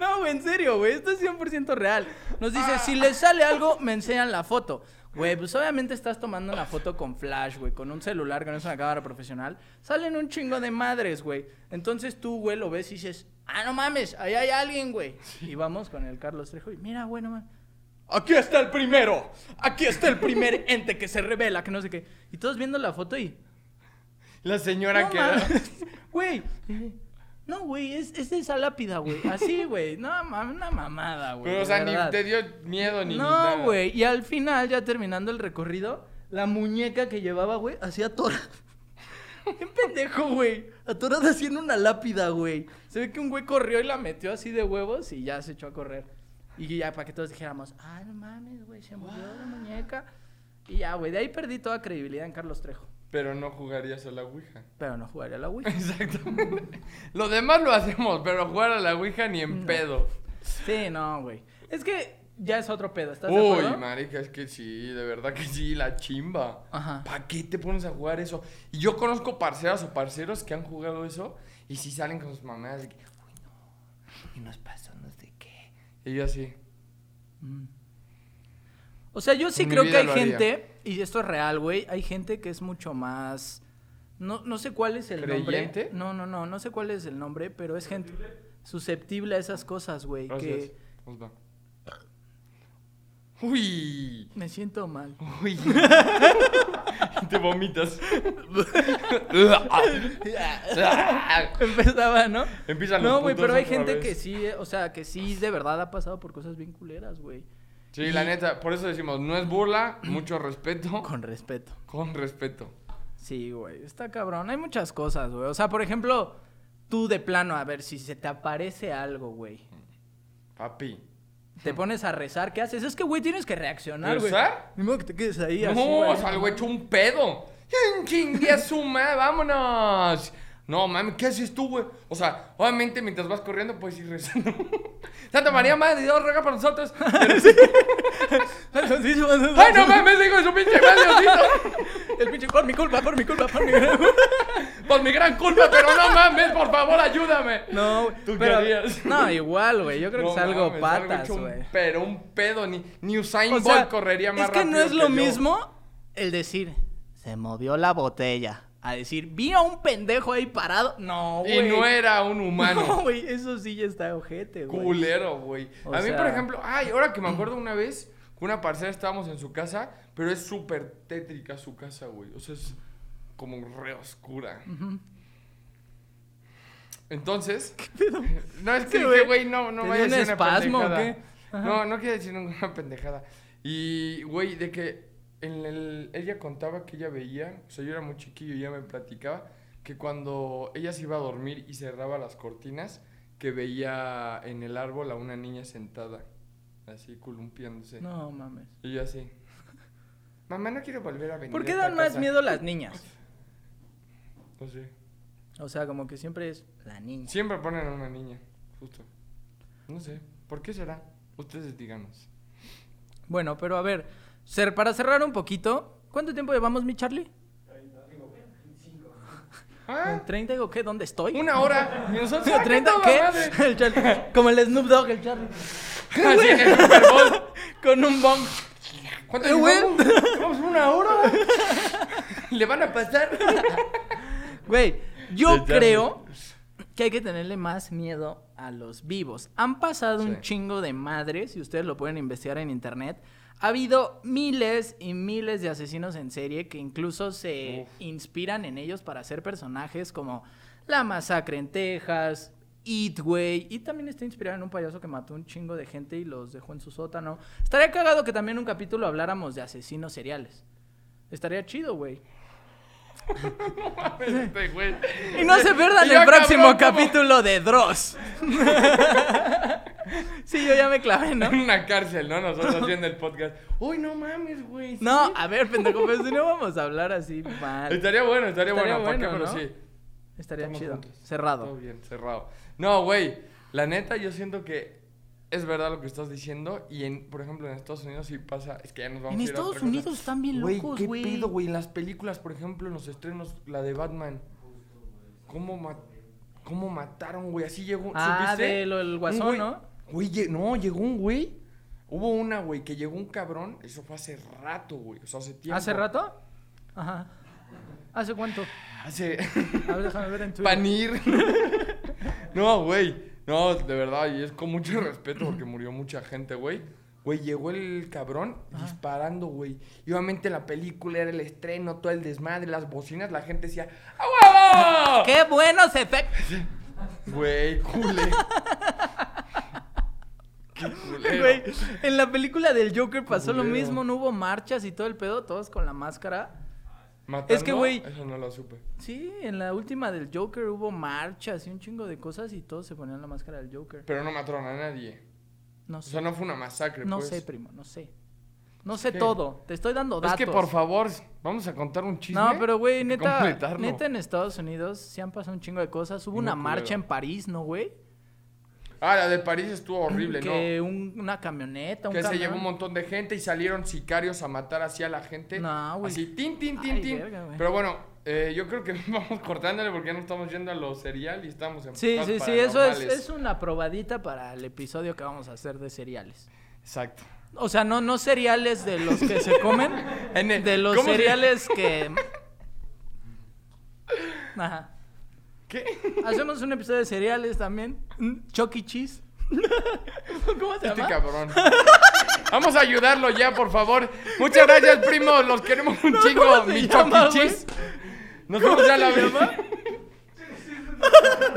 Speaker 1: No, güey, en serio, güey, esto es 100% real. Nos dice, si les sale algo, me enseñan la foto. Güey, pues obviamente estás tomando una foto con flash, güey, con un celular, que no es una cámara profesional. Salen un chingo de madres, güey. Entonces tú, güey, lo ves y dices, ah, no mames, ahí hay alguien, güey. Y vamos con el Carlos Trejo y mira, güey, no mames. Aquí está el primero. Aquí está el primer ente que se revela, que no sé qué. Y todos viendo la foto y...
Speaker 2: La señora
Speaker 1: No
Speaker 2: que...
Speaker 1: mames, Güey. No, güey, es, es esa lápida, güey. Así, güey. No, ma- una mamada, güey.
Speaker 2: [LAUGHS] Pero, o
Speaker 1: de
Speaker 2: sea, ni
Speaker 1: verdad.
Speaker 2: te dio miedo ni ni nada.
Speaker 1: No, güey. Y al final, ya terminando el recorrido, la muñeca que llevaba, güey, hacía tora. [LAUGHS] Qué pendejo, güey. Atorada así en una lápida, güey. Se ve que un güey corrió y la metió así de huevos y ya se echó a correr. Y ya para que todos dijéramos, ah, no mames, güey, se murió la muñeca. Y ya, güey, de ahí perdí toda credibilidad en Carlos Trejo.
Speaker 2: Pero no jugarías a la Ouija. [LAUGHS]
Speaker 1: Pero no jugaría a la Ouija.
Speaker 2: Exactamente. Lo demás lo hacemos, pero jugar a la Ouija ni en pedo.
Speaker 1: Sí, no, güey. Es que ya es otro pedo, ¿estás de
Speaker 2: Uy,
Speaker 1: acuerdo?
Speaker 2: marica, es que sí, de verdad que sí, la chimba.
Speaker 1: Ajá.
Speaker 2: ¿Para qué te pones a jugar eso? Y yo conozco parceras o parceros que han jugado eso y sí salen con sus mamás de que, uy, no, y nos pasó no sé qué. Y yo así,
Speaker 1: O sea, yo sí
Speaker 2: En mi
Speaker 1: creo que
Speaker 2: vida
Speaker 1: hay
Speaker 2: lo haría.
Speaker 1: gente, y esto es real, güey, hay gente que es mucho más... No, no sé cuál es el nombre.
Speaker 2: ¿Creyente?
Speaker 1: No, no, no, no sé cuál es el nombre, pero es gente susceptible a esas cosas, güey.
Speaker 2: gracias.
Speaker 1: Que
Speaker 2: Nos va. Uy,
Speaker 1: me siento mal. [LAUGHS]
Speaker 2: uy. [LAUGHS] te vomitas. [LAUGHS]
Speaker 1: Empezaba, ¿no?
Speaker 2: Empiezan los
Speaker 1: No, güey,
Speaker 2: putos
Speaker 1: pero hay
Speaker 2: otra
Speaker 1: gente
Speaker 2: vez.
Speaker 1: que sí, eh, o sea, que sí de verdad ha pasado por cosas bien culeras, güey.
Speaker 2: Sí, la neta, por eso decimos, no es burla, mucho respeto.
Speaker 1: Con respeto.
Speaker 2: Con respeto.
Speaker 1: Sí, güey, está cabrón. Hay muchas cosas, güey. O sea, por ejemplo, tú de plano, a ver, si se te aparece algo, güey.
Speaker 2: Papi.
Speaker 1: Te pones a rezar, ¿qué haces? Es que, güey, tienes que reaccionar, güey.
Speaker 2: ¿Rezar?
Speaker 1: Ni modo que te quedes ahí así,
Speaker 2: No,
Speaker 1: güey.
Speaker 2: o sea,
Speaker 1: [LAUGHS]
Speaker 2: algo hecho un pedo. ¡En chingue a su madre! ¡Vámonos! No, mami, ¿qué haces tú, güey? O sea, obviamente mientras vas corriendo, pues ir rezando. [LAUGHS] Santa María, madre de Dios, ruega
Speaker 1: [LAUGHS]
Speaker 2: para nosotros. ¡Ay, no mames, hijo de su pinche madre, Diosito! [LAUGHS]
Speaker 1: El pinche, por mi culpa, por mi culpa, por mi culpa.
Speaker 2: por mi gran culpa, pero no mames, por favor, ayúdame.
Speaker 1: No,
Speaker 2: ¿Tú
Speaker 1: pero-
Speaker 2: qué
Speaker 1: [LAUGHS]
Speaker 2: harías?
Speaker 1: No, igual, güey. Yo creo
Speaker 2: No
Speaker 1: que es algo
Speaker 2: mames,
Speaker 1: patas,
Speaker 2: hecho un
Speaker 1: güey.
Speaker 2: Pero un pedo, ni, ni Usain
Speaker 1: O
Speaker 2: Bolt
Speaker 1: sea,
Speaker 2: correría más
Speaker 1: es que no
Speaker 2: rápido
Speaker 1: es lo
Speaker 2: yo.
Speaker 1: mismo el decir, se movió la botella, a decir, vi a un pendejo ahí parado. No,
Speaker 2: Y
Speaker 1: güey.
Speaker 2: no era
Speaker 1: [LAUGHS]
Speaker 2: un
Speaker 1: No,
Speaker 2: humano.
Speaker 1: güey, eso sí ya está ojete, güey.
Speaker 2: Culero, güey.
Speaker 1: O
Speaker 2: A mí, por
Speaker 1: sea-
Speaker 2: ejemplo, ay,
Speaker 1: [CLEARS THROAT]
Speaker 2: ahora que me acuerdo una vez, con una parcela estábamos en su casa, pero es súper tétrica su casa, güey. O sea, es como re oscura.
Speaker 1: [LAUGHS]
Speaker 2: Entonces, no es que
Speaker 1: Sí,
Speaker 2: dije,
Speaker 1: güey.
Speaker 2: güey, no, no
Speaker 1: ¿Tenía
Speaker 2: vaya a
Speaker 1: un
Speaker 2: decir una
Speaker 1: espasmo o
Speaker 2: pendejada.
Speaker 1: qué?
Speaker 2: No, no quiero decir ninguna [LAUGHS] pendejada. Y, güey, de que en el- ella contaba que ella veía, o sea, yo era muy chiquillo y ella me platicaba que cuando ella se iba a dormir y cerraba las cortinas, que veía en el árbol a una niña sentada, así columpiándose.
Speaker 1: No mames.
Speaker 2: Y yo así, mamá, no quiero volver a venir.
Speaker 1: ¿Por
Speaker 2: a
Speaker 1: qué
Speaker 2: esta
Speaker 1: dan más
Speaker 2: casa".
Speaker 1: miedo las niñas?
Speaker 2: No sé.
Speaker 1: O sea, como que siempre es la niña.
Speaker 2: Siempre ponen a una niña, justo. No sé, ¿por qué será? Ustedes díganos.
Speaker 1: Bueno, pero a ver, cer- para cerrar un poquito, ¿cuánto tiempo llevamos, mi Charlie?
Speaker 2: Ah,
Speaker 1: ¿En 30 digo qué? ¿Dónde estoy? [LAUGHS]
Speaker 2: Una hora. Y nosotros.
Speaker 1: ¿En
Speaker 2: ah,
Speaker 1: ¿30
Speaker 2: toda madre.
Speaker 1: qué? [LAUGHS] El Charlie- como el Snoop Dogg, el Charlie.
Speaker 2: Así, el Super Bowl.
Speaker 1: Con un bong.
Speaker 2: ¿Cuánto
Speaker 1: Eh, güey.
Speaker 2: llevamos? Vamos una hora. Le van a pasar.
Speaker 1: Güey, yo
Speaker 2: Del Charlie.
Speaker 1: creo que hay que tenerle más miedo a los vivos. Han pasado un
Speaker 2: Sí.
Speaker 1: chingo de madres y ustedes lo pueden investigar en internet. Ha habido miles y miles de asesinos en serie que incluso se
Speaker 2: Uf.
Speaker 1: inspiran en ellos para hacer personajes como La Masacre en Texas, It Güey, y también está inspirado en un payaso que mató un chingo de gente y los dejó en su sótano. Estaría cagado que también en un capítulo habláramos de asesinos seriales. Estaría chido, güey.
Speaker 2: Este güey.
Speaker 1: Y no se pierdan
Speaker 2: Y yo,
Speaker 1: el próximo
Speaker 2: cabrón, como
Speaker 1: capítulo de Dross. [LAUGHS] sí, yo ya me clavé, ¿no?
Speaker 2: En una cárcel,
Speaker 1: [LAUGHS]
Speaker 2: ¿no? Nosotros haciendo el podcast. Uy, no mames, güey. sí.
Speaker 1: No, a ver, pendejo, pero si no vamos a hablar así mal.
Speaker 2: Estaría bueno, estaría,
Speaker 1: Estaría
Speaker 2: bueno. ¿Para qué?
Speaker 1: bueno,
Speaker 2: Pero
Speaker 1: ¿no?
Speaker 2: sí.
Speaker 1: Estaría
Speaker 2: Estamos
Speaker 1: chido.
Speaker 2: juntos. Todo
Speaker 1: Cerrado.
Speaker 2: bien, cerrado. No, güey. La neta, yo siento que es verdad lo que estás diciendo. Y, en, por ejemplo, en Estados Unidos sí pasa. Es que ya nos vamos
Speaker 1: En
Speaker 2: a ir a
Speaker 1: Estados
Speaker 2: otra cosa.
Speaker 1: Unidos están bien
Speaker 2: Güey,
Speaker 1: locos,
Speaker 2: ¿qué
Speaker 1: güey.
Speaker 2: pedo, güey? En las películas, por ejemplo, en los estrenos, la de Batman. ¿Cómo, ma- cómo mataron, güey? Así llegó.
Speaker 1: Ah,
Speaker 2: ¿supiste?
Speaker 1: de lo del
Speaker 2: Un
Speaker 1: guasón,
Speaker 2: güey-
Speaker 1: ¿no?
Speaker 2: Güey, lle- no, llegó un güey. Hubo una, güey, que llegó un cabrón. Eso fue hace rato, güey. O sea, hace tiempo.
Speaker 1: ¿Hace rato? Ajá. ¿Hace cuánto?
Speaker 2: Hace.
Speaker 1: A ver, déjame ver en Twitter.
Speaker 2: Panir. [LAUGHS] no, güey. No, de verdad, y es con mucho respeto porque murió mucha gente, güey. Güey, llegó el cabrón disparando, güey. Y obviamente la película era el estreno, todo el desmadre, las bocinas, la gente decía, ¡A huevo!
Speaker 1: ¡Qué buenos efectos!
Speaker 2: Güey, culé.
Speaker 1: [LAUGHS]
Speaker 2: Qué culero.
Speaker 1: Güey, en la película del Joker pasó lo
Speaker 2: Culero.
Speaker 1: mismo, no hubo marchas y todo el pedo, todos con la máscara.
Speaker 2: ¿Matando?
Speaker 1: Es que, güey-
Speaker 2: Eso no lo supe.
Speaker 1: Sí, en la última del Joker hubo marchas y un chingo de cosas y todos se ponían la máscara del Joker.
Speaker 2: Pero no mataron a nadie.
Speaker 1: No
Speaker 2: O
Speaker 1: sé,
Speaker 2: sea, no fue una masacre,
Speaker 1: no
Speaker 2: pues.
Speaker 1: sé, primo, no sé. No sé
Speaker 2: que-
Speaker 1: todo, te estoy dando datos.
Speaker 2: Es que, por favor, vamos a contar un chisme.
Speaker 1: No, pero güey,
Speaker 2: y
Speaker 1: neta,
Speaker 2: completarlo.
Speaker 1: neta en Estados Unidos se han pasado un chingo de cosas. Hubo
Speaker 2: Muy
Speaker 1: una
Speaker 2: culero.
Speaker 1: marcha en París, ¿no, güey?
Speaker 2: Ah, la de París estuvo horrible, ¿no?
Speaker 1: Que un- una camioneta, un
Speaker 2: que se
Speaker 1: camión.
Speaker 2: llevó un montón de gente y salieron sicarios a matar así a la gente.
Speaker 1: No, güey.
Speaker 2: Así, tin, tin, tin,
Speaker 1: Ay,
Speaker 2: tin.
Speaker 1: verga, güey.
Speaker 2: Pero bueno, eh, yo creo que [LAUGHS] vamos cortándole porque ya no estamos yendo a lo serial y estamos en
Speaker 1: Sí,
Speaker 2: cosas
Speaker 1: sí, sí, eso es,
Speaker 2: paranormales.
Speaker 1: es una probadita para el episodio que vamos a hacer de cereales.
Speaker 2: Exacto.
Speaker 1: O sea, no, no cereales de los que se [LAUGHS] comen,
Speaker 2: En el-
Speaker 1: de los
Speaker 2: ¿cómo se-
Speaker 1: cereales [LAUGHS] que... Ajá.
Speaker 2: ¿Qué?
Speaker 1: Hacemos un episodio de cereales también. Mm, Chuck E. Cheese. [LAUGHS] ¿Cómo se
Speaker 2: Este
Speaker 1: llama?
Speaker 2: cabrón. [LAUGHS] Vamos a ayudarlo ya, por favor. Muchas gracias, primo. Los queremos un chingo.
Speaker 1: ¿cómo se
Speaker 2: Mi
Speaker 1: llama, güey?
Speaker 2: choquichis. Nos vemos ya a la verga.
Speaker 1: [LAUGHS]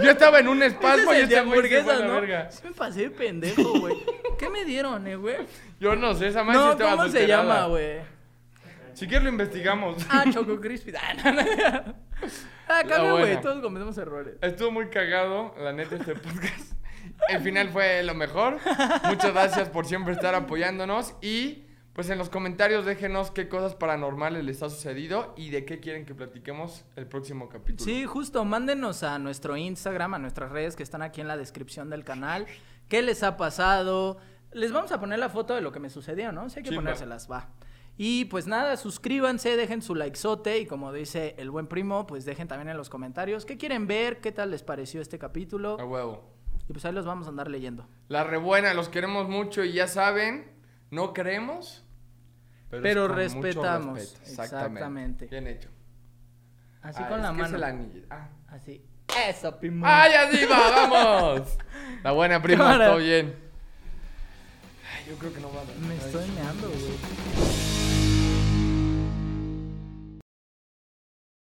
Speaker 2: Yo estaba en un
Speaker 1: Ese
Speaker 2: espasmo
Speaker 1: es
Speaker 2: y
Speaker 1: el de
Speaker 2: este güey se fue a
Speaker 1: hamburguesas,
Speaker 2: la
Speaker 1: ¿no?
Speaker 2: verga.
Speaker 1: Sí me pasé de pendejo, güey. [LAUGHS] ¿Qué me dieron, eh, güey?
Speaker 2: Yo no sé, esa madre sí
Speaker 1: No,
Speaker 2: estaba
Speaker 1: ¿cómo se
Speaker 2: adulterada.
Speaker 1: llama, güey?
Speaker 2: Si quieres lo investigamos.
Speaker 1: Ah, Choco Crispy. [LAUGHS] Ah, no, no. Ah,
Speaker 2: La
Speaker 1: cambio, güey.
Speaker 2: buena.
Speaker 1: Todos cometemos errores.
Speaker 2: Estuvo muy cagado, la neta, este podcast. El final fue lo mejor. Muchas gracias por siempre estar apoyándonos. Y pues en los comentarios déjenos qué cosas paranormales les ha sucedido y de qué quieren que platiquemos el próximo capítulo.
Speaker 1: Sí, justo, mándenos a nuestro Instagram, a nuestras redes que están aquí en la descripción del canal. ¿Qué les ha pasado? Les vamos a poner la foto de lo que me sucedió, ¿no? Sí hay que
Speaker 2: Sí, va.
Speaker 1: ponérselas, va. Y pues nada, suscríbanse, dejen su likezote y como dice el buen primo, pues dejen también en los comentarios qué quieren ver, qué tal les pareció este capítulo.
Speaker 2: A huevo.
Speaker 1: Y pues ahí los vamos a andar leyendo.
Speaker 2: La rebuena, los queremos mucho y ya saben, no creemos, es
Speaker 1: Pero
Speaker 2: con mucho
Speaker 1: respetamos,
Speaker 2: respeto.
Speaker 1: exactamente.
Speaker 2: Bien hecho.
Speaker 1: Así
Speaker 2: Ah,
Speaker 1: con
Speaker 2: es
Speaker 1: la
Speaker 2: que es
Speaker 1: mano.
Speaker 2: el anillo. Ah.
Speaker 1: Así. Eso, primo.
Speaker 2: ¡Ay, así
Speaker 1: [LAUGHS]
Speaker 2: va! ¡Vamos! La buena prima,
Speaker 1: Cámara.
Speaker 2: todo bien. Ay, yo creo que no va a dar.
Speaker 1: Me estoy meando, güey.